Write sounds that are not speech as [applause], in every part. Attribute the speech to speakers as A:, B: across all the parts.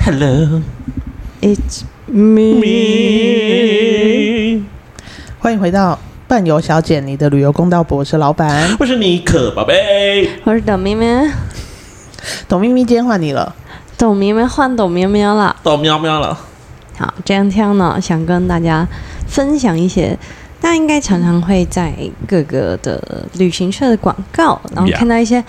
A: Hello
B: It's me。
A: me，
B: 欢迎回到伴游小姐，你的旅游公道博士老板
A: 我是尼克宝贝。
C: 我是董咩咩，
B: 董咪咪，今天换你了。
C: 董咩咩换董咩咩了。
A: 到哦喵喵了，
C: 好，这两天呢，想跟大家分享一些，大家应该常常会在各个的旅行社的广告，然后
A: Yeah
C: 看到一些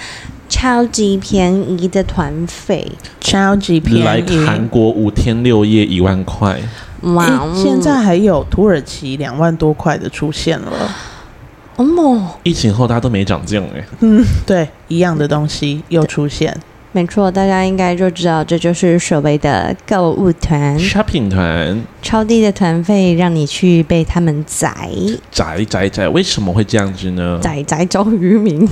C: 超级便宜的团费，
B: 超级
A: 来
B: 便宜，
A: 韩国五天六夜一万块，
C: 哇
B: 诶
C: 哦，
B: 现在还有土耳其两万多块的出现了。
C: 哦，
A: 疫情后大家都没长进哎、
B: 对，一样的东西又出现。
C: 没错，大家应该就知道，这就是所谓的购物
B: 嗯
C: 团，
A: shopping 团
C: 超低的团费让你去被他们宰
B: 嗯
A: 宅宅宅，为什么会这样子呢？
C: 宰宰周渔民。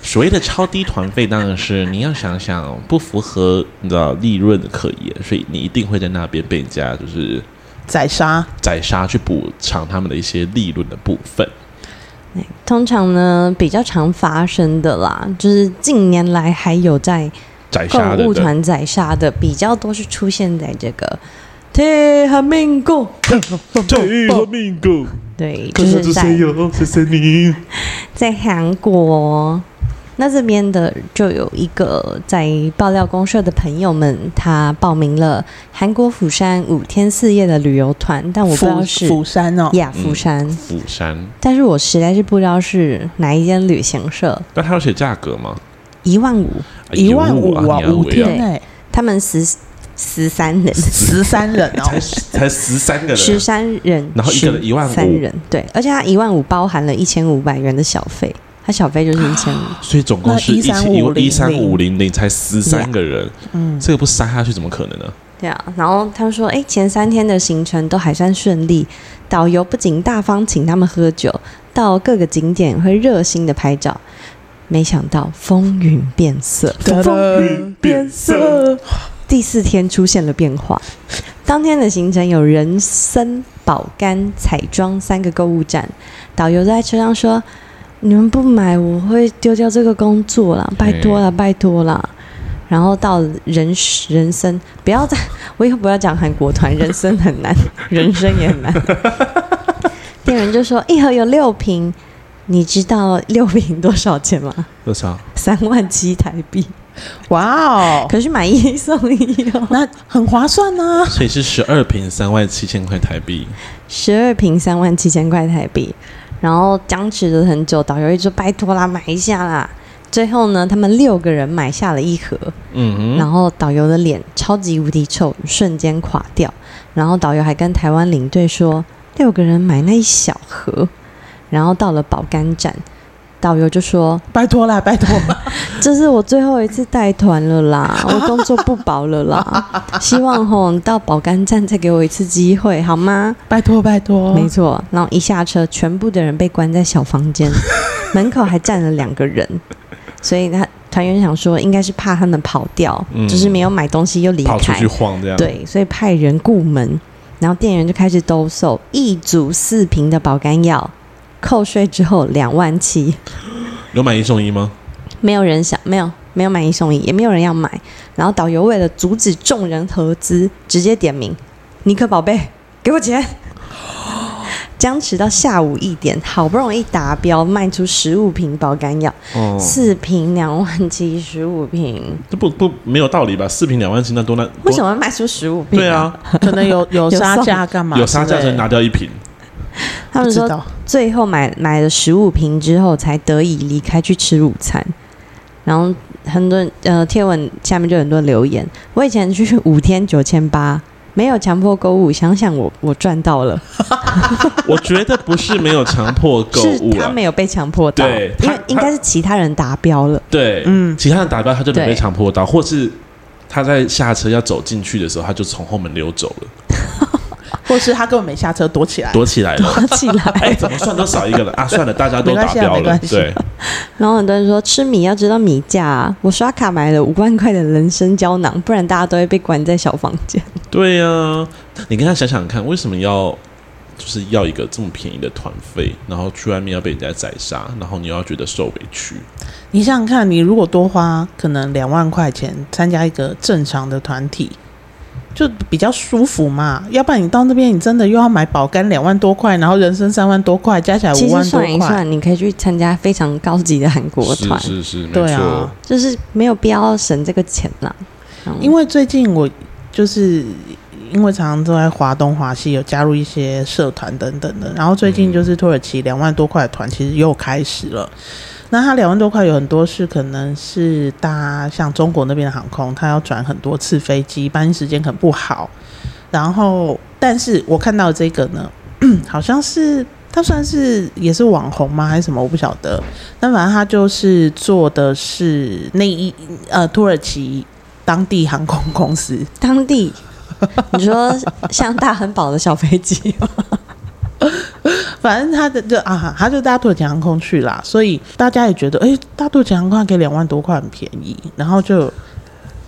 A: 所谓的超低团费当然是你要想想不符合你知道利润的可言，所以你一定会在那边被人家就是
B: 宰杀，
A: 宰杀去补偿他们的一些利润的部分。
C: 通常呢，比较常发生的啦，就是近年来还有在
A: 宰杀
C: 购
A: 的
C: 物
A: 人
C: 团宰杀的比较多，是出现在这个 t 和 m i n g o
A: 命狗，
C: 对，就是在
A: 哟，谢谢你。
C: 在韩国。那这边的就有一个在爆料公社的朋友们，他报名了韩国釜山五天四夜的旅游团，但我不知道
B: 釜
C: 是
B: 釜山哦，
C: 亚
A: 嗯
C: 釜山，
A: 釜山，
C: 但是我实在是不知道是哪一间旅行社，
A: 那他有写价格吗？
C: 一万五，
A: 哎
B: 一万五
A: 15,000
B: 啊，
A: 你要
B: 五
A: 不要
B: 天哎，
C: 他们十十三人，
B: 十三人
C: [laughs]
B: 哦，
A: 才才十三个
C: 十
A: 人，啊
C: 三人，
A: 然后一个人15,000
C: 三人，对，而且他一万五包含了一千五百元的小费，他小费就是一千五，
A: 所以总共是
B: 那
A: 一千
B: 13500
A: 一三五零零，才十三个人，
B: 嗯，
A: 这个不杀下去怎么可能呢？
C: 对啊。然后他们说，哎，前三天的行程都还算顺利，导游不仅大方请他们喝酒，到各个景点会热心的拍照。没想到风云变色，
B: 风云变色，
C: 第四天出现了变化。当天的行程有人参、宝柑、彩妆三个购物站，导游在车上说：“你们不买，我会丢掉这个工作啦，拜托啦，拜托啦。”然后到人人参，不要再， [laughs] 我以后不要讲韩国团，人参很难，人参也很难。店员就说：“一盒有六瓶，你知道六瓶多少钱吗？
A: 多少？
C: 三万七台币，
B: 哇哦，
C: 可是买一送一哦。”
B: 那很划算啊呐。
A: 所以是十二瓶三万七千块台币，
C: 十二瓶三万七千块台币，然后僵持了很久，导游一直说拜托啦，买一下啦。最后呢，他们六个人买下了一盒，
A: 嗯哼，
C: 然后导游的脸超级无敌臭，瞬间垮掉。然后导游还跟台湾领队说，六个人买那一小盒。然后到了宝柑站，导游就说
B: 拜托啦，拜托，：“
C: 这是我最后一次带团了啦，我工作不保了啦，希望吼你到宝柑站再给我一次机会好吗？”
B: 拜托，拜
A: 哦
B: 托，
C: 没错，然后一下车，全部的人被关在小
A: [laughs]
C: 房间，门口还站了两个人，所以他团员想说，应该是怕他们跑掉，
A: 嗯
C: 就是没有买东西又离
A: 跑出
C: 开
A: 去，晃这样，，
C: 对，所以派人顾门，然后店员就开始兜售一组四瓶的保肝药，扣税之后两万七，
A: 有买一送一吗？
C: 没有人想，没有没有买一送一，也没有人要买，然后导游为了阻止众人合资，直接点名：“尼克宝贝，给我钱！” [laughs] 僵持到下午一点，好不容易达标，卖出十五瓶保肝药，
A: 哦，
C: 四瓶两万七，十五瓶，
A: 这不不没有道理吧？四瓶两万七，那多那
C: 为什么卖出十五瓶、
A: 对，啊，
B: 可能有有
C: 有
B: 杀
C: 送
B: 价干嘛之类
A: 有
B: 的？
A: 杀价才拿掉一瓶，
C: 他
B: 不
C: 们
B: 知
C: 说
B: 道
C: 最后买买了十五瓶之后，才得以离开去吃午餐。然后很多人呃贴文下面就很多留言，我以前去五天九千八，没有强迫购物，想想我我赚到了，
A: 我觉得不是没有强迫购
C: [laughs] 是
A: 物
C: 他
A: 啊，
C: 没有被强迫到，
A: 对
C: 因
A: 他
C: 为应该是其他人达
A: [laughs]
C: 标了，
A: 对，
B: 嗯
A: 其他人打败他就没被
C: 对
A: 强迫到，或是他在下车要走进去的时候，他就从后门溜走了，
B: 或是他根本没下车，躲起来。
A: 躲起来了。
C: 躲起来。
A: 哎，怎么算都少一个
C: [laughs]
A: 人啊！算了，大家都
B: 没关
A: 达
B: 系啊
A: 标
B: 没
A: 了，
B: 关系
A: 对，
C: 然后很多人说吃米要知道米价、啊，我刷卡买了五万块的人参胶囊，不然大家都会被关在小房间。
A: 对呀、你跟他想想看，为什么要就是要一个这么便宜的团费，然后去外面要被人家宰杀，然后你又要觉得受委屈？
B: 你想想看，你如果多花可能两万块钱参加一个正常的团体，就比较舒服嘛。要不然你到那边，你真的又要买保单两万多块，然后人参三万多块，加起
A: 哎
B: 来
C: 其
B: 五
C: 实
B: 万多
C: 算一
B: 块。
C: 算，你可以去参加非常高级的韩国团，
A: 是是是，没
B: 对
A: 错。
B: 啊
C: 就是没有必要省这个钱啦。嗯
B: 因为最近我就是因为常常都在华东华西有加入一些社团等等的，然后最近就是土耳其两万多块的团其实又开始了。那它两万多块有很多是可能是搭像中国那边的航空，它要转很多次飞机，班机时间很不好。然后，但是我看到这个呢， [clears throat] 好像是它算是也是网红吗还是什么，我不晓得。但反正它就是做的是内衣，呃，土耳其当地航空公司，
C: 当地，你说像大很堡的小飞
B: [laughs]
C: 机
B: 啊
C: 吗，
B: 反正他的就啊，他就搭土耳其航空去啦，所以大家也觉得，哎、搭土耳其航空还给两万多块很便宜，然后就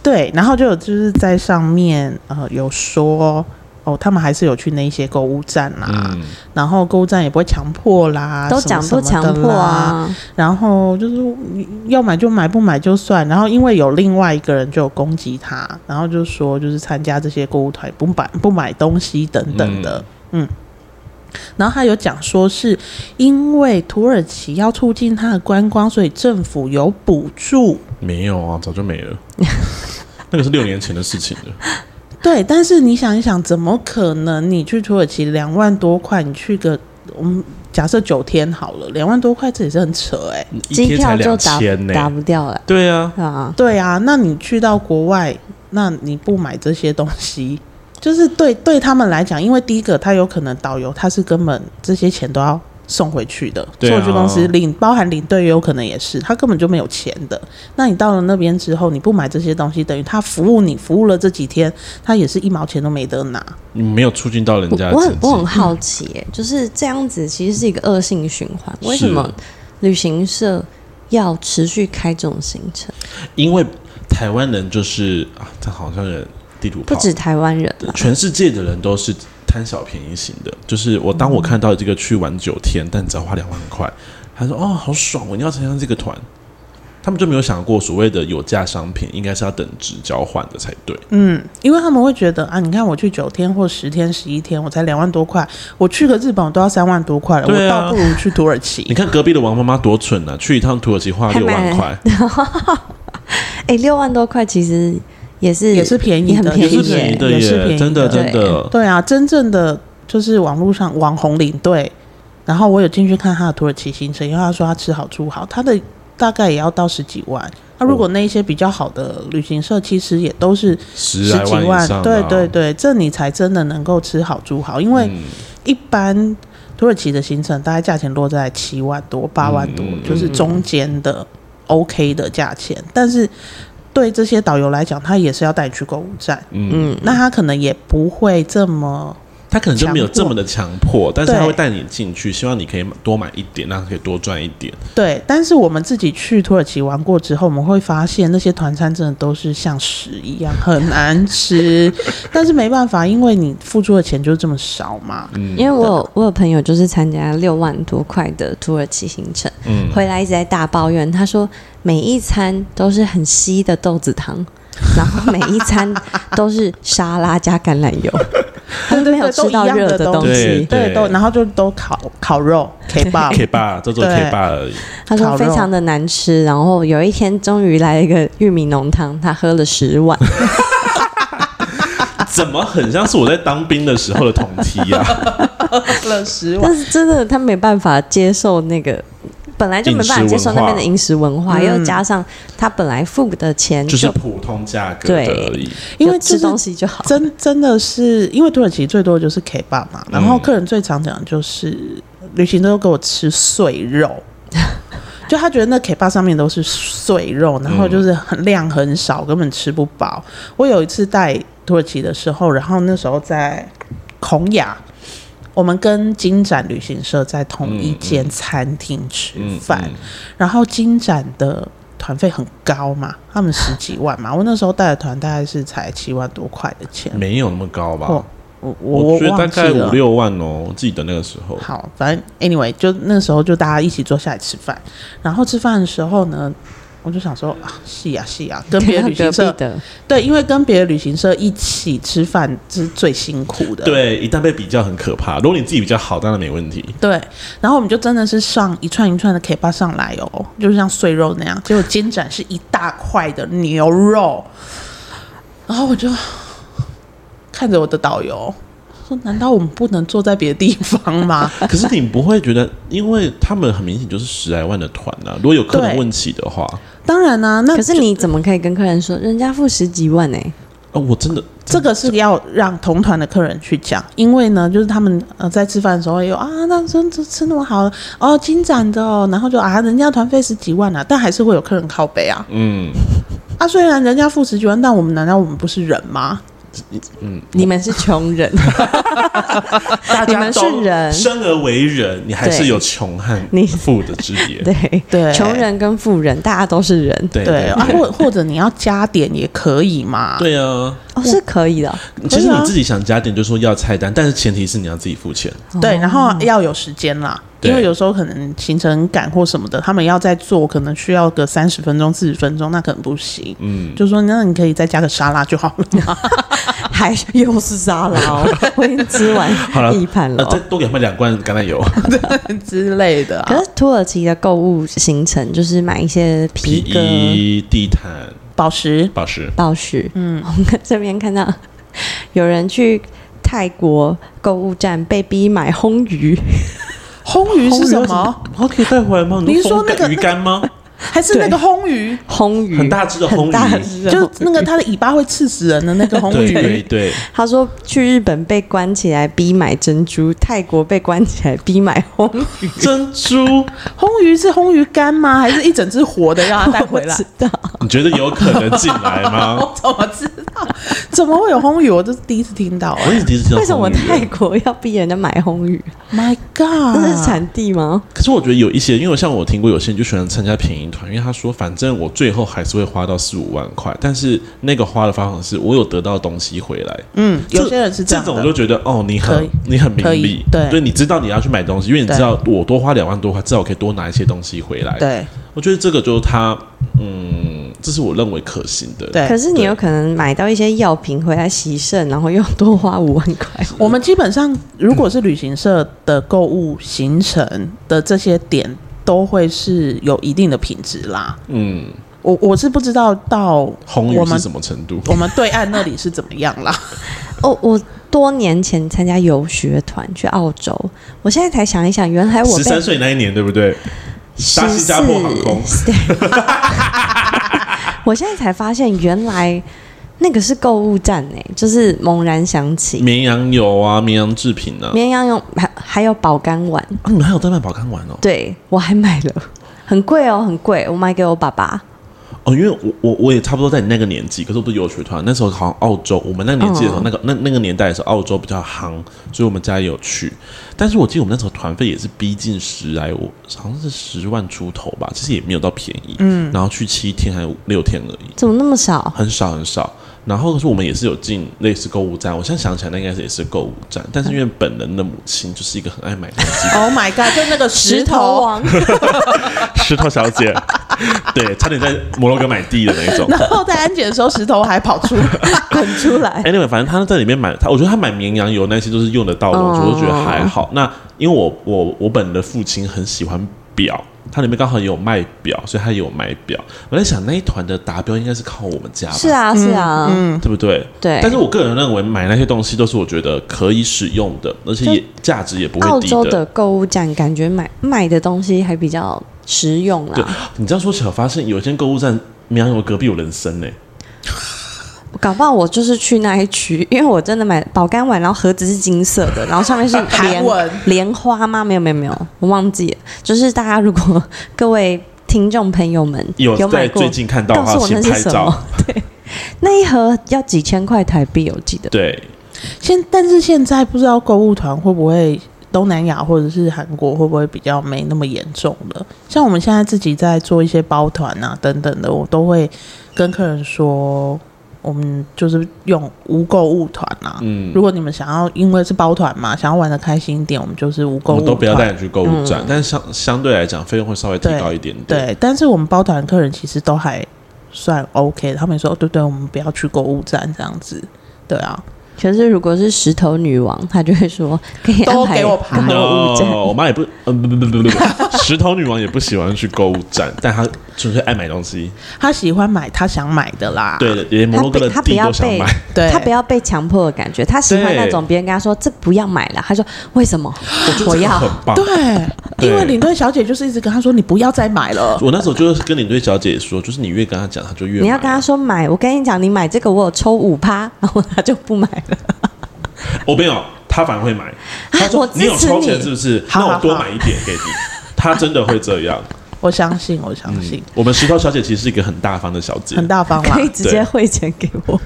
B: 对，然后就有就是在上面呃有说。哦，他们还是有去那一些购物站啦，
A: 嗯，
B: 然后购物站也不会强迫啦，
C: 都
B: 什么
C: 讲
B: 什
C: 不
B: 么
C: 强
B: 的
C: 迫
B: 啦，
C: 啊。
B: 然后就是你要买就买，不买就算。然后因为有另外一个人就有攻击他，然后就说就是参加这些购物团不买不买东西等等的，嗯。然后他有讲说，是因为土耳其要促进它的观光，所以政府有补助。
A: 没有啊，早就没
C: [laughs]
A: 了。那个是六年前的事情了。
B: 对，但是你想一想，怎么可能？你去土耳其两万多块，你去个我们假设九天好了，两万多块，这也是很扯哎、
A: 一
C: 机
A: 天才
C: 票就
A: 两
C: 打
A: 千
C: 打
A: 呢。
C: 不掉了，
A: 对啊，
C: 是吧？
B: 对啊，那你去到国外，那你不买这些东西， [laughs] 就是对对他们来讲，因为第一个他有可能导游他是根本这些钱都要送回去的，
A: 对啊
B: 所以去公司领包含领队也有可能也是，他根本就没有钱的。那你到了那边之后，你不买这些东西，等于他服务你服务了这几天，他也是一毛钱都没得拿。
A: 你没有促进到人
C: 我
A: 家
C: 我
A: 的
C: 很
A: 成
C: 我
A: 绩。
C: 很好奇、耶，就是这样子，其实是一个恶性循环。为什
A: 是
C: 么旅行社要持续开这种行程？
A: 因为台湾人就是啊，他好像人地图
C: 不
A: 炮
C: 止台湾人啊，
A: 全世界的人都是贪小便宜型的，就是我当我看到这个去玩九天，但只要花两万块，他说哦好爽，我一定要参加这个团。他们就没有想过所谓的有价商品应该是要等值交换的才对， [laughs]
B: 嗯，因为他们会觉得啊，你看我去九天或十天、十一天，我才两万多块，我去个日本我都要三万多块了，
A: 对
B: 我
A: 啊
B: 倒不如去土耳其。
A: 你看隔壁的王妈妈多蠢啊，去一趟土耳其花
C: 还
A: 六
C: 买
A: 万
B: [laughs]
A: 块，
C: [laughs] 哎、六万多块其实也是
B: 也是便宜
C: 也很
B: 的，
C: 便
A: 也
C: 宜
A: 是
C: 耶
A: 便宜的
B: 也是便宜
A: 耶，真的真的。
B: 对啊，真正的就是网络上网红领队，然后我有进去看他的土耳其行程，因为他说他吃好住好，他的大概也要到十几万。那、
A: 哦
B: 如果那一些比较好的旅行社，其实也都是
A: 十
B: 十
A: 来
B: 几
A: 万以上、啊，
B: 对对对，这你才真的能够吃好住好，因为
A: 嗯
B: 一般土耳其的行程大概价钱落在七万多、八万多，
A: 嗯嗯
B: 就是中间的 OK 的价钱。但是对这些导游来讲，他也是要带你去购物站，
A: 嗯，
C: 嗯，
B: 那他可能也不会这么
A: 他可能就没有
B: 强迫
A: 这么的强迫，但是
B: 对
A: 他会带你进去，希望你可以多买一点，让他可以多赚一点。
B: 对。但是我们自己去土耳其玩过之后，我们会发现那些团餐真的都是像屎一样很难
A: [laughs]
B: 吃，但是没办法，因为你付出的钱就这么少嘛。
A: 嗯，
C: 因为我有我有朋友就是参加六万多块的土耳其行程，
A: 嗯
C: 回来一直在大抱怨，他说每一餐都是很稀的豆子汤。然后每一餐都是沙拉加橄榄油，他们没有
B: [laughs] 对对对
C: 吃到
B: 都一样
C: 热
B: 的
C: 的
B: 东
C: 东
B: 西
C: 西。
B: 对，
A: 对
B: 都然后就都烤烤
C: [laughs]
B: 肉 K 吧，
A: K 吧，叫做
B: 对
A: K 吧而已。
C: 他说
B: 烤肉
C: 非常的难吃。然后有一天终于来了一个玉米浓汤，他喝了十碗。
A: 怎么很像是我在当兵的时候的同梯
B: [laughs]
A: 啊？
B: 了十碗
C: 但。是真的，他没办法接受那个，本来就没办法接受那边的饮食文化，
B: 饮食文化
C: 又加上他本来付的钱
A: 就是普通价格的
C: 对
A: 而已。
B: 因
C: 就
B: 为就
C: 吃
B: 是
C: 东西就好。
B: 真真的是，因为土耳其最多的就是 K 爸嘛，
A: 嗯
B: 然后客人最常讲的就是、旅行都给我吃碎肉，
C: [laughs]
B: 就他觉得那 K 爸上面都是碎肉，然后就是很量很少，根本吃不饱。我有一次带土耳其的时候，然后那时候在孔雅。我们跟金展旅行社在同一间餐厅吃
A: 嗯，
B: 饭，
A: 嗯
B: 然后金展的团费很高嘛，他们十几万嘛，我那时候带的团大概是才七万多块的钱，
A: 嗯没有那么高吧？
B: 哦我我
A: 我觉得大
B: 忘记
A: 概
B: 了
A: 五。六万哦，我记得那个时候。
B: 好，反正 anyway，就那时候就大家一起坐下来吃饭，然后吃饭的时候呢，我就想说啊，是呀、是呀、跟别的旅行
A: 啊
C: 隔
B: 社
C: 壁的，
B: 对，因为跟别的旅行社一起吃饭是最辛苦的。
A: 对，一旦被比较很可怕。如果你自己比较好，当然没问
B: [laughs]
A: 题。
B: 对，然后我们就真的是上一串一串的 K 巴上来哦，就是像碎肉那样，结果肩斩是一大块的牛肉，然后我就看着我的导游说：“难道我们不能坐在别的地方吗？”
A: 可是你不会觉得，因为他们很明显就是十来万的团啊，如果有客人
B: 对
A: 问起的话，
B: 当然啦、那
C: 可是
B: 就
C: 你怎么可以跟客人说人家付十几万呢、欸
A: 啊，我真的
B: 这个是要让同团的客人去讲，因为呢，就是他们呃在吃饭的时候也有啊，那这这吃那么好哦，金盏的哦，然后就啊，人家团费十几万啊，但还是会有客人靠背啊
A: 嗯
B: 啊，虽然人家付十几万，但我们难道我们不是人吗？
A: 嗯，
C: 你们是穷人，
A: 大
C: 你们是人
A: 生而为人，你还是有穷和
C: 你
A: 富的之别。
C: 对
B: 对
C: 穷人跟富人，大家都是人，
A: 对
B: 对
A: 对
B: 啊，或或者你要加点也可以嘛。
A: 对啊，
C: 哦，是可以的哦。
A: 其实
B: 可以
A: 你
B: 啊
A: 自己想加点就说要菜单，但是前提是你要自己付钱。
B: 对，然后要有时间啦，
A: 对
B: 因为有时候可能行程赶或什么的，他们要再做，可能需要个三十分钟、四十分钟，那可能不行。
A: 嗯，
B: 就说那你可以再加个沙拉就好了。
C: 还是又是沙拉哦，我已经吃完
A: 好了
C: 一盘
A: 呃，
C: 了哦。
A: 再多给他们两罐橄榄
B: [laughs]
A: 油，
B: 之类的啊
C: 可，是土耳其的购物行程就是买一些
A: 皮
C: 皮革、
A: 衣、地毯、
B: 宝石
A: 宝石。
C: 宝石。嗯，我们这边看到有人去泰国购物站被逼买烘鱼，
B: 烘鱼是什么？？
A: 我可以带回来吗？
B: 你是说
A: 风干
B: 那个
A: 鱼干吗？
B: 还是那个烘鱼？
C: 烘鱼
A: 很大只的烘
C: 很
A: 鱼
C: 大只的
B: 就
C: 烘
B: 那个它的尾巴会刺死人的那个烘
A: 对对
B: 鱼，
A: 对，
B: [laughs]
C: 他说去日本被关起来逼买珍珠，泰国被关起来逼买烘 [laughs] 鱼，
A: 珍珠，
B: 烘鱼是烘鱼干吗？还是一整只活的让它带回来
C: 我不？知道。
A: 你觉得有可能进来吗？
B: [laughs] 我 [laughs] 怎么知道？怎么会有烘鱼？我这是第一次听到、
A: 我
B: 欸。
A: 也第一次听到。
C: 为什么泰？国要逼人家买烘鱼？
B: My
C: 那是
B: God！
C: 产地吗？
A: 可是我觉得有一些，因为像我听过有些人就喜欢参加便宜团，因为他说反正我最后还是会花到四五万块，但是那个花的方法是我有得到东西回来。
B: 嗯，有些人是
A: 这
B: 样
A: 种我
B: 的
A: 就。觉得哦，你
B: 可
A: 很
B: 以
A: 你很明
B: 可以
A: 理，
B: 对
A: 你知道你要去买东西，因为你
B: 对
A: 知道我多花两万多块，至少我可以多拿一些东西回来。
B: 对
A: 我觉得这个就是他，嗯，这是我认为可行的。
B: 对，
C: 可是你
A: 对
C: 有可能买到一些药品回来洗肾，然后又多花五万块。
B: 我们基本上如果是旅行社的购物行程的这些点，都会是有一定的品质啦。
A: 嗯，
B: 我我是不知道到
A: 红
B: 我
A: 鱼
B: 们
A: 是什么程度？
B: 我们对岸那里是怎么样啦。 [laughs]
C: 哦，我多年前参加游学团去澳洲，我现在才想一想，原来哎我
A: 十
C: 被
A: 三岁那一年，对不对？搭新加坡航空，
C: 14 [laughs] 对我现在才发现，原来那个是购物站诶、就是猛然想起
A: 绵羊油啊，绵羊制品啊，
C: 绵羊用还还有保肝丸，
A: 啊，你们还有在卖保肝丸哦？
C: 对我还买了，很贵哦，很贵，我买给我爸爸。
A: 哦，因为我我我也差不多在你那个年纪，可是我不是游学团，那时候好像澳洲，我们那个年纪的时候，
C: 嗯
A: 那个那那个年代的时候，澳洲比较夯，所以我们家也有去。但是我记得我们那时候团费也是逼近十来，我好像是十万出头吧，其实也没有到便宜。嗯，然后去七天还有六天而已，
C: 怎么那么少？
A: 很少很少。然后可是我们也是有进类似购物站，我现在想起来那应该是也是购物站，但是因为本人的母亲就是一个很爱买东西
B: Oh my god！就那个石
C: 头
B: 头，啊
C: 王，
A: [laughs]
C: [laughs]
A: 石头小姐， [laughs] 对，差点在摩洛哥买地的那
B: [laughs]
A: 种。
B: 然后在安检的时候，石头还跑出来。
C: 滚出来！
A: Anyway，反正他在里面买，他我觉得他买绵羊油那些都是用得到的东西，
C: 哦
A: 我就觉得还好。那因为我我我本人的父亲很喜欢表，他里面刚好也有卖表，所以他也有买表。我在想那一团的达标应该是靠我们家吧，
C: 是啊，是啊，
B: 嗯，
A: 对不对？
C: 对。
A: 但是我个人认为买那些东西都是我觉得可以使用的，而且也价值也不
C: 澳
A: 会低
C: 洲的购物站感觉买卖的东西还比较实用
A: 对
C: 啦，，
A: 你这样说起来，我发现有一间购物站绵羊油隔壁有人参呢、
C: 搞不好我就是去那一区，因为我真的买保肝丸，然后盒子是金色的，然后上面
B: [laughs]
C: 是
B: 韩
C: 莲
B: 文
C: 莲花吗？没有没有没有，我忘记了。就是大家如果各位听众朋友们
A: 有
C: 买
A: 在
C: 过
A: 最，近看到
C: 告
A: 的话，
C: 诉我那
A: 先
C: 是
A: 拍
C: 什
A: 照。
C: 么？ [laughs] 对，那一盒要几千块台币，我记得。
A: 对，
B: [laughs] 现但是现在不知道购物团会不会东南亚或者是韩国会不会比较没那么严重了？像我们现在自己在做一些包团啊等等的，我都会跟客人说。我们就是用无购物团啊。
A: 嗯，
B: 如果你们想要，因为是包团嘛，想要玩的开心一点，我们就是无购
A: 我
B: 物
A: 们
B: 团。
A: 都不要带你去购物站，
C: 嗯
A: 但相相对来讲，费用会稍微提高一点点。
B: 对，但是我们包团的客人其实都还算 OK，的他们也说哦，对对，我们不要去购物站这样子。对啊，
C: 可是如果是石头女王，她就会说可以安排
B: 都给我爬
C: 更多物站。
A: No，我妈也不，呃，不不不不不
C: [laughs]
A: 不，石头女王也不喜欢去购物站，但她纯粹爱买东西。
B: 他喜欢买他想买的啦。
A: 对，连摩洛哥的
C: 啊她不
A: 地
C: 她不要
A: 都想
C: 被
A: 买。
B: 对，
C: 她不要被强迫的感觉，她喜欢
A: 对
C: 那种别人跟她说这不要买了，她说为什么？我
A: [laughs]
C: 要
A: 很棒。
B: 对，
A: 对
B: 因为领队小姐就是一直跟他说你不要再买了。
A: 我那时候就是跟领队小姐说，就是你越跟她讲，她就越
C: 你要
A: 买
C: 跟她说买，我跟你讲，你买这个我有抽五趴， [laughs] 然后她就不买了。
A: 我没有，她反而会买。她
C: 啊我
A: 说
C: 支
A: 你有
C: 持
A: 抽
C: 你
A: 钱是不是？
B: 好
A: 那
B: 好
A: 我多
B: 好
A: 买一点给你。她真的会这样。 [laughs]
B: 我相信，我相信，
A: 我们石头小姐其实是一个很大方的小姐，
B: 很大方啦
C: 可。以直接汇钱给我。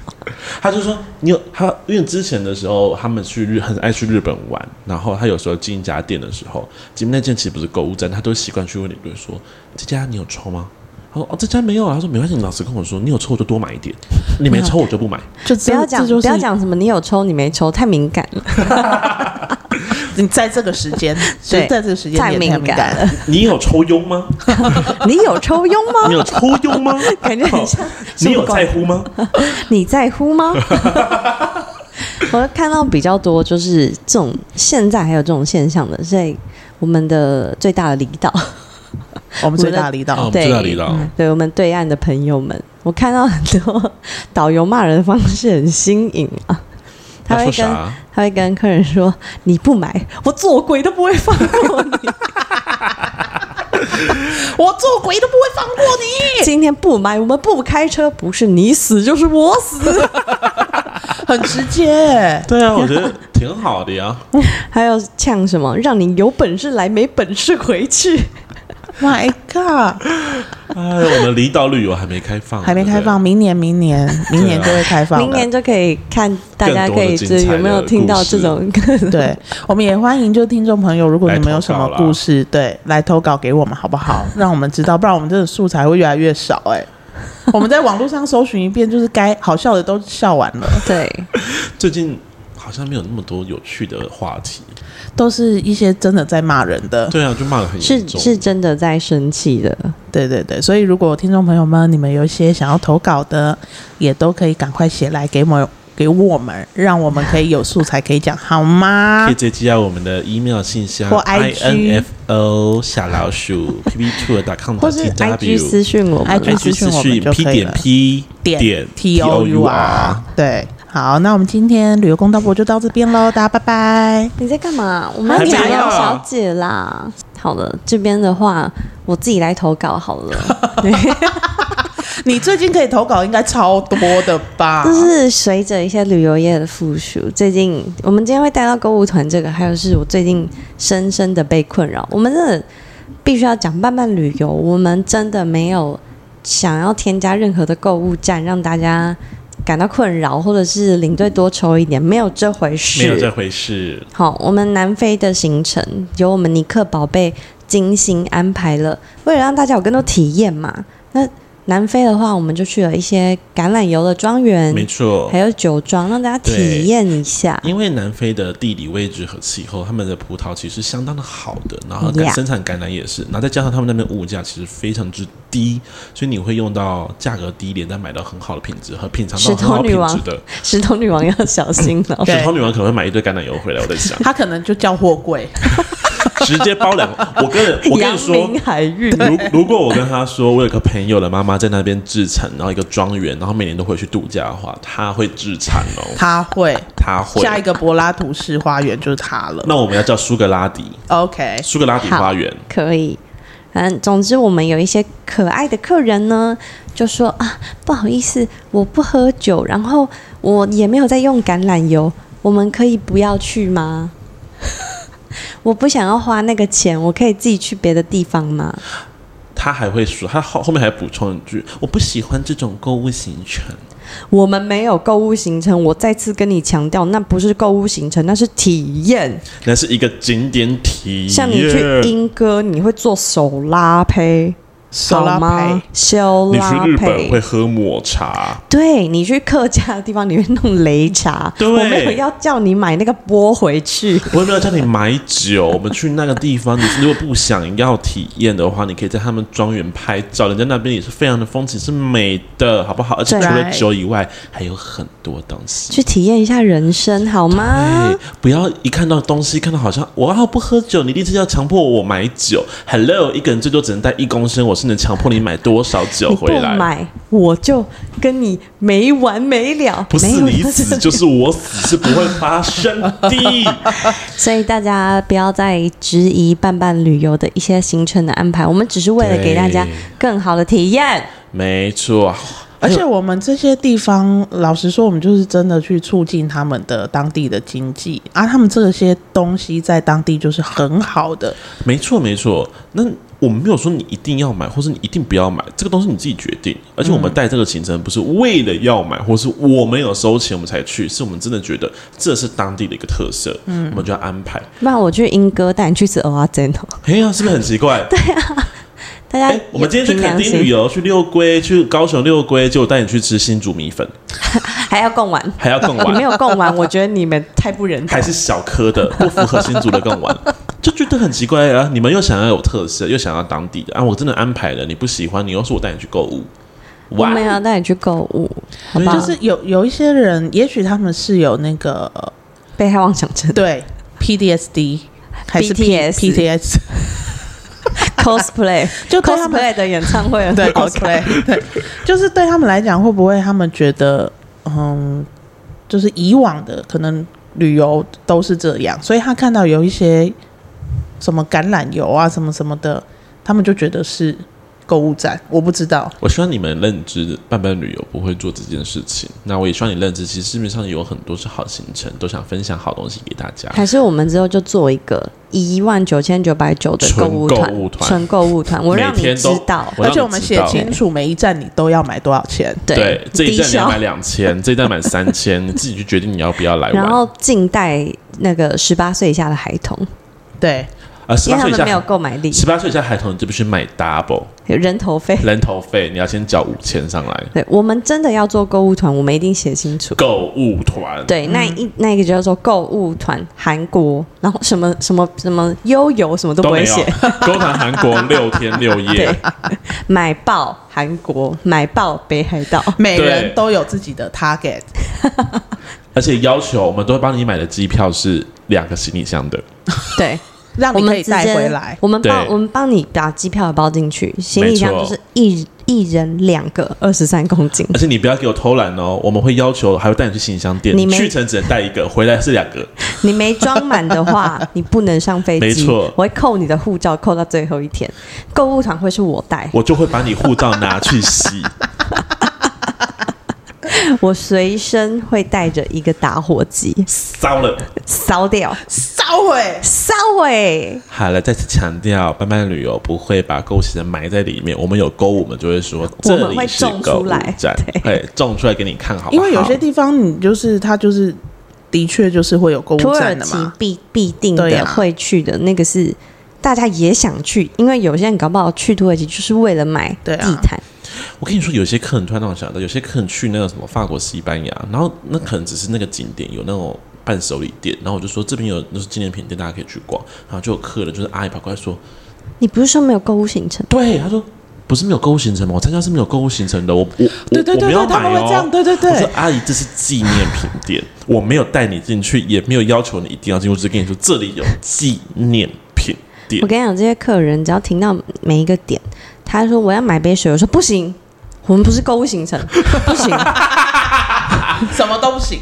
A: 他就说你有他，因为之前的时候他们去日很爱去日本玩，然后他有时候进一家店的时候，吉姆那间其实不是购物站，他都习惯去问领队说这家你有抽吗？他说哦这家没有啊，他说没关系，你老实跟我说，你有抽我就多买一点，你没抽我就不买。
B: 就
C: 不
B: 这
C: 要讲，
B: 这就
C: 不
B: 是
C: 要讲什么你有抽你没抽，太敏感了，
B: 你在这个时间，就是在这个时间
C: 太
B: 点
C: 敏
B: 敏
C: 感
B: 了。
C: 了。
A: 你有抽佣吗？
C: [laughs] 你有抽佣
A: 你 [laughs]
C: 吗？
A: 有抽佣吗？
C: [laughs] 感觉很像。
A: 你有在乎
C: [laughs]
A: 吗？
C: 你在乎吗？ [laughs] 我看到比较多就是这种，现在还有这种现象的，在我们的最大的离岛，
B: 我们最大力
A: 啊，
B: 道
A: 我，
C: 哦对
A: 们知道你了。
C: 对我们对岸的朋友们，我看到很多导游骂人的方式很新颖啊。他
A: 他
C: 会
A: 说
C: 跟
A: 啥？
C: 他会跟客人说：“你不买，我做鬼都不会放过你。
A: [laughs]
B: 我做鬼都不会放过你，
C: 今天不买，我们不开车，不是你死就是我死。
B: 很直
A: [laughs]
B: 接。
A: 对
B: [laughs]
A: 啊，我觉得挺好的呀。”
C: 还有呛什么，让你有本事来，没本事回去。
A: 啊
B: My God，
A: 哎，我们离岛旅游还没开放，
B: 还没开放，
A: 对啊
B: 明年，明年，明年
A: 对啊
B: 就会开放了。
C: 明年就可以看大家可以就是有没有听到这种 [laughs]
B: [laughs] 对，我们也欢迎就听众朋友，如果你们有什么故事，对，来投稿给我们好不好？让我们知道，不然我们这个素材会越来越少、哎，我们在网络上搜寻一遍，就是该好笑的都笑完了，
C: 对，
A: 不对最近好像没有那么多有趣的话
B: [laughs]
A: 题。
B: 都是一些真的在骂人的。
A: 对啊，就骂的很 [laughs]
C: 是
A: 严重。
C: 是真的在生气的，
B: 对对对，所以如果听众朋友们你们有一些想要投稿的，也都可以赶快写来给我们给我们，让我们可以有素材可以讲，好吗
A: 可以？直接寄到我们的 email 信箱
B: 啊或
A: i
B: IG
A: n f o 小老
B: [laughs]
A: 鼠 p p two 点 com
C: 或是
A: t
C: IG 私
A: w
C: 讯我们啊
B: IG
C: 啦，
B: 私讯
A: 私
B: 我们
A: 讯
B: 就
A: p
B: 可以
A: 点
B: 了
A: p 点
B: T O U R
A: r。
B: 对，好，那我们今天旅游公道博就到这边喽，大家拜拜。
C: 你在干嘛？我们要
A: 还没
C: 讲杨
A: 啊
C: 小姐啦。好了，这边的话我自己来投稿好
A: [laughs]
C: 了。对
B: 你最近可以投稿应该超多的吧？，
C: 就是随着一些旅游业的复苏，最近我们今天会带到购物团这个，还有是我最近深深的被困扰。我们真的必须要讲慢慢旅游，我们真的没有想要添加任何的购物站让大家感到困扰，或者是领队多抽一点，没有这回事。
A: 没有这回事，
C: 好，我们南非的行程由我们尼克宝贝精心安排了，为了让大家有更多体验嘛。那南非的话，我们就去了一些橄榄油的庄园，
A: 没错
C: 还。有酒庄，让大家体验一下。
A: 因为南非的地理位置和气候，他们的葡萄其实相当的好的，然后
C: Yeah
A: 生产橄榄也是，然后再加上他们那边物价其实非常之低，所以你会用到价格低廉但买到很好的品质和品尝到很好
C: 石头女
A: 品
C: 王
A: 质的。
C: 石头女王要小心了
A: 石头
B: 对，
A: 女王可能会买一堆橄榄油回来，我在
C: [laughs]
A: 想。
B: 他可能就叫货柜，
A: 直接包两个。我跟人，我跟
C: 阳
A: 你
C: [laughs]
A: 说
C: 明，海运。
A: 如如果我跟他说，我有个朋友的妈妈在那边自产，然后一个庄园，然后每年都会去度假的话，他会自产哦，
B: 他会
A: 他会。
B: 下一个柏拉图式花园就是他了。
A: 那我们要叫苏格拉底，
B: OK，
A: 苏格拉底花园。
C: 可以。嗯，总之我们有一些可爱的客人呢，就说啊，不好意思，我不喝酒，然后我也没有在用橄榄油，我们可以不要去吗？ [laughs] 我不想要花那个钱，我可以自己去别的地方吗？
A: 他还会说，他后后面还补充一句：“我不喜欢这种购物行程。
C: 我们没有购物行程，我再次跟你强调，那不是购物行程，那是体验。”
A: 那是一个景点体验。
C: 像你去莺歌，你会做手拉胚，
B: 手
C: 好
B: 拉
C: 吗
B: 胚？
C: 修
A: 你去
C: 拉
A: 日本会
C: 配，
A: 喝抹茶，
C: 对你去客家的地方，你会弄擂茶。
A: 对
C: 我没有要叫你买那个钵回去。
A: 我也没有叫你买酒。我们去那个地方，你如果不想要体验的话，你可以在他们庄园拍照，人家那边也是非常的风景是美的，好不好？而且
C: 对
A: 除了酒以外，还有很多东西。
C: 去体验一下人生好吗
A: 哎？，
C: 嗯
A: 不要一看到东西，看到好像我要不喝酒，你立志要强迫我买酒。Hello，一个人最多只能带一公升，我是能强迫你买多少酒
C: 你不
A: 回来？
C: 买，我就跟你没完没了。
A: 不是
C: 没有
A: 你死就是我死，是不会发生的。
C: [laughs] 所以大家不要再质疑伴伴旅游的一些行程的安排，我们只是为了给大家
A: 对
C: 更好的体验。
A: 没错，
B: 而且我们这些地方，老实说，我们就是真的去促进他们的当地的经济啊，他们这些东西在当地就是很好的，
A: 没错，没错。那我们没有说你一定要买，或是你一定不要买，这个东西你自己决定。而且我们带这个行程不是为了要买，或是我们有收钱我们才去，是我们真的觉得这是当地的一个特色，嗯，我们就要安排。
C: 不然我去英哥带你去吃蚵仔煎哦，
A: 哎呀，是不是很奇怪？
C: 大家、
A: 哎、我们今天去垦丁旅
C: 游，
A: 游，去六龟，去高雄六龟，结果带你去吃新竹米粉，
C: 还要共玩，
A: 还要更
C: 你没
A: 晚，
C: 有共玩，我觉得你们太不人
A: [laughs]
C: 道
A: 还。是小颗的，不符合新竹的
C: [laughs]
A: 更晚，就觉得很奇怪啊！你们又想要有特色，又想要当地的啊！我真的安排了，你不喜欢，你又说我带你去购物，
C: 我
A: 哇
C: 们！要带你去购物，好吧？
B: 就是有有一些人，也许他们是有那个呃
C: 被害妄想
A: [laughs]
C: 症
B: 对 PDSD 还是 P
C: BTS
B: PTS，
C: [laughs] cosplay，
B: 就对他们
C: cosplay 的演唱会，
B: [laughs] 对
C: OK。
B: cosplay，对，就是对他们来讲，会不会他们觉得，嗯，就是以往的可能旅游都是这样，所以他看到有一些什么橄榄油啊，什么什么的，他们就觉得是购物站，我不知道，
A: 我希望你们认知伴伴旅游不会做这件事情。那我也希望你认知，其实市面上有很多是好行程，都想分享好东西给大家。
C: 还是我们之后就做一个一万九千九百九的购物
A: 纯购物团
C: 纯购物团，我让你
A: 每天
C: 知
A: 都
C: 道，
A: 我
B: 而
A: 让
B: 且
A: 你
B: 我们
A: 知
B: 写
A: 道
B: 清楚每一站你都要买多少钱，
A: 对，这一
C: 低
A: 站你
C: 消。
A: 要买两千，这一站买三千，你自己去决定你要不要来玩。
C: [laughs] 然后禁带那个十八岁以下的孩童，
B: 对，
A: 啊，十
C: 因
A: 八
C: 为
A: 岁
C: 他
A: 以
C: 们没有
A: 下，
C: 购买力，
A: 十八岁以下孩童你就必须买 double
C: 有人头费。
A: 人头费，你要先缴五千上来。
C: 对，我们真的要做购物团，我们一定写清楚。
A: 购物团，
C: 对，那一那个叫做购物团，韩国，然后什么什么什么悠游什么都
A: 都
C: 不
A: 没
C: 会
A: 有
C: 写，。
A: 勾谈韩
C: [laughs]
A: 国六天六夜
C: 对， [laughs] 买爆韩国，买爆北海
B: [laughs]
C: 道，
B: 每
A: 对
B: 人都有自己的 target，
A: 而且要求我们都会帮你买的机票是两个行李箱的，
C: 对，
B: 让
C: 我
B: 你可
C: 们
B: 以
C: 直
B: 带
C: 接
B: 回来。
C: 我们帮
A: 对
C: 我们帮你把机票也包进去，行李箱
A: 没
C: 就
A: 错
C: 是一一人两个，二十三公斤
A: [laughs] 而。且你不要给我偷懒哦，我们会要求还会带你去行李箱店，
C: 你没
A: 去程只能带一个，回来是两个，
C: 你没装满的
A: [laughs]
C: 话，你不能上飞机。
A: 没错
C: 我会扣你的护照，扣到最后一天。购物团会是我带，
A: 我就会把你护照拿去洗。
C: 我随身会带着一个打火机，
A: 糟了，
C: 烧掉，
B: 烧毁，
C: 烧欸毁。
A: 好了，再次强调，班班旅游不会把购物行程埋在里面，我们有购物，我们就会说
C: 我
A: 这
C: 们
A: 里
C: 会
A: 是
C: 种
A: 购
C: 出
A: 物
C: 来
A: 站，对，种出来给你看好不好？
B: 因为有些地方你就是它就是的确就是会有购
C: 土
B: 物
C: 耳
B: 站的
C: 其
B: 嘛，
C: 必必定
B: 对
C: 的
B: 啊
C: 会去的那个是。大家也想去，因为有些人搞不好去土耳其就是为了买
B: 对
C: 地
B: 啊
C: 毯，
A: 我跟你说，有些客人突然让我想到，有些客人去那个什么法国、西班牙，然后那可能只是那个景点有那种伴手礼店，然后我就说这边有那是纪念品店，大家可以去逛。然后就有客人就是阿姨跑过来说，
C: 你不是说没有购物行程？
A: 对，他说不是没有购物行程吗？我参加是没有购物行程的，我我我
B: 对对
A: 我
B: 对
A: 没
B: 对，
A: 有
B: 他们
A: 买
B: 会这样，
A: 哦。
B: 对对
A: 我说
B: 对，
A: 阿姨，这是纪念品店，我没有带你进去，也没有要求你一定要进入，只是跟你说这里有纪念品店
C: 我。跟你讲，这些客人只要停到每一个点，他说我要买杯水，我说不行，我们不是购物
A: [laughs]
C: 行程，不行，
B: 什么都不行，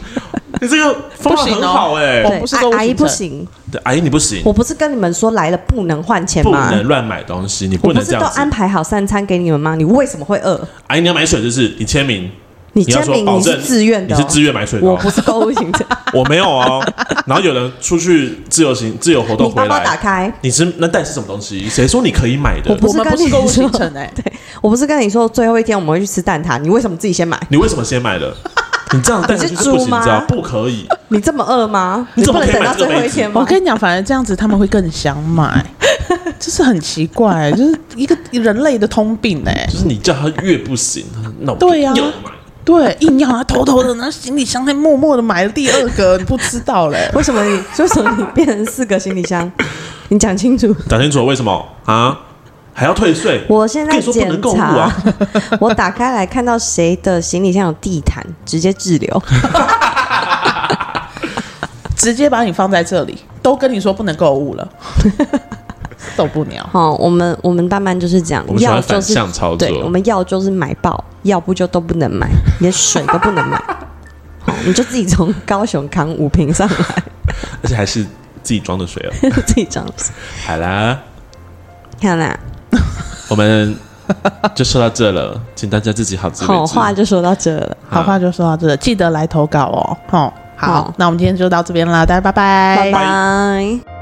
A: 你这个方法
B: 不行
A: 很
B: 哦
A: 好哎、
B: 我
C: 对
B: 不是购物
C: 阿阿姨
B: 行程
C: 不行，
A: 对，阿姨你不行，
C: 我不是跟你们说来了不能换钱
A: 不
C: 吗？
A: 能乱买东西，你
C: 我
A: 不
C: 不
A: 能
C: 是
A: 这
C: 都
A: 样子
C: 安。排好三餐给你们吗？你为什么会饿？
A: 阿姨你要买水就是你签名。
C: 你
A: 你要
C: 签
A: 说
C: 名
A: 保
C: 你是
A: 证
C: 自愿
A: 你
C: 的、
A: 是
C: 哦，
A: 自愿买水的、
C: 我
A: 哦，
C: 不是购物行程，
A: [laughs] 我没有哦。然后有人出去自由行、自由活动
C: 你
A: 回
C: 包包打
A: 来，
C: 开。
A: 你是那带是什么东西？谁说你可以买的
C: 我？不
B: 我
C: 是
B: 们
C: 跟
B: 不是
C: 你
B: 购物行
C: 说，
B: 程哎，
C: 我不是跟你说最后一天我们会去吃蛋挞，你为什么自己
A: [laughs]
C: 先买？
A: 你为什么先买的？你这样带出去
C: 你是
A: 是不
C: 猪
A: 行，
C: 吗
A: 你知道不可以。
C: 你这么饿吗？
A: 你
C: 你
A: 怎
C: 不
A: 么
C: 能
A: 可以
C: 等
A: 买
C: 到
A: 这个
C: 最后
A: 杯
C: 一
A: 子
C: 天吗？ [laughs]
B: 我跟你讲，反而这样子他们会更想买，这是很奇怪，就是一个人类的通病哎、
A: 就是你叫他越不行，他说那我
B: 对
C: 啊
B: 呀
A: 就要买
B: 对，硬要他偷偷的拿行李箱，再哎默默的买了第二个，你不知道嘞。
C: 为什么你为什么你变成四个行李箱？你讲清
A: [laughs]
C: 楚。
A: 讲清楚为什么啊？还要退税？
C: 我现
A: 跟
C: 在
A: 你说不能
C: 检
A: 购物
C: 查，
A: 啊！ [laughs]
C: 我打开来看到谁的行李箱有地毯，直接滞
A: [laughs]
C: 留。
B: 直接把你放在这里，都跟你说不能购物
C: [laughs]
B: 了，受不了。
C: 好、哦我们我们大班就是这样
A: 我，们喜
C: 要
A: 欢
C: 就
A: 反
C: 是
A: 向操
C: 对，我
A: 作，
C: 们要就是买爆，要不就都不能买，连水都不能买。
A: [laughs]
C: 好，你就自己从高雄扛五瓶上来，
A: 而且还是自己装的水哦。
C: 自
A: [laughs]
C: 己这样子。
A: 好啦，
C: 看啦，
A: 我们就说到这了，请大家自己好自为之。
C: 好话就说到这了，
B: 好话就说到这，记得来投稿哦。吼，好，
C: 好
B: 那我们今天就到这边啦，大家拜
C: 拜
B: 拜
C: 拜。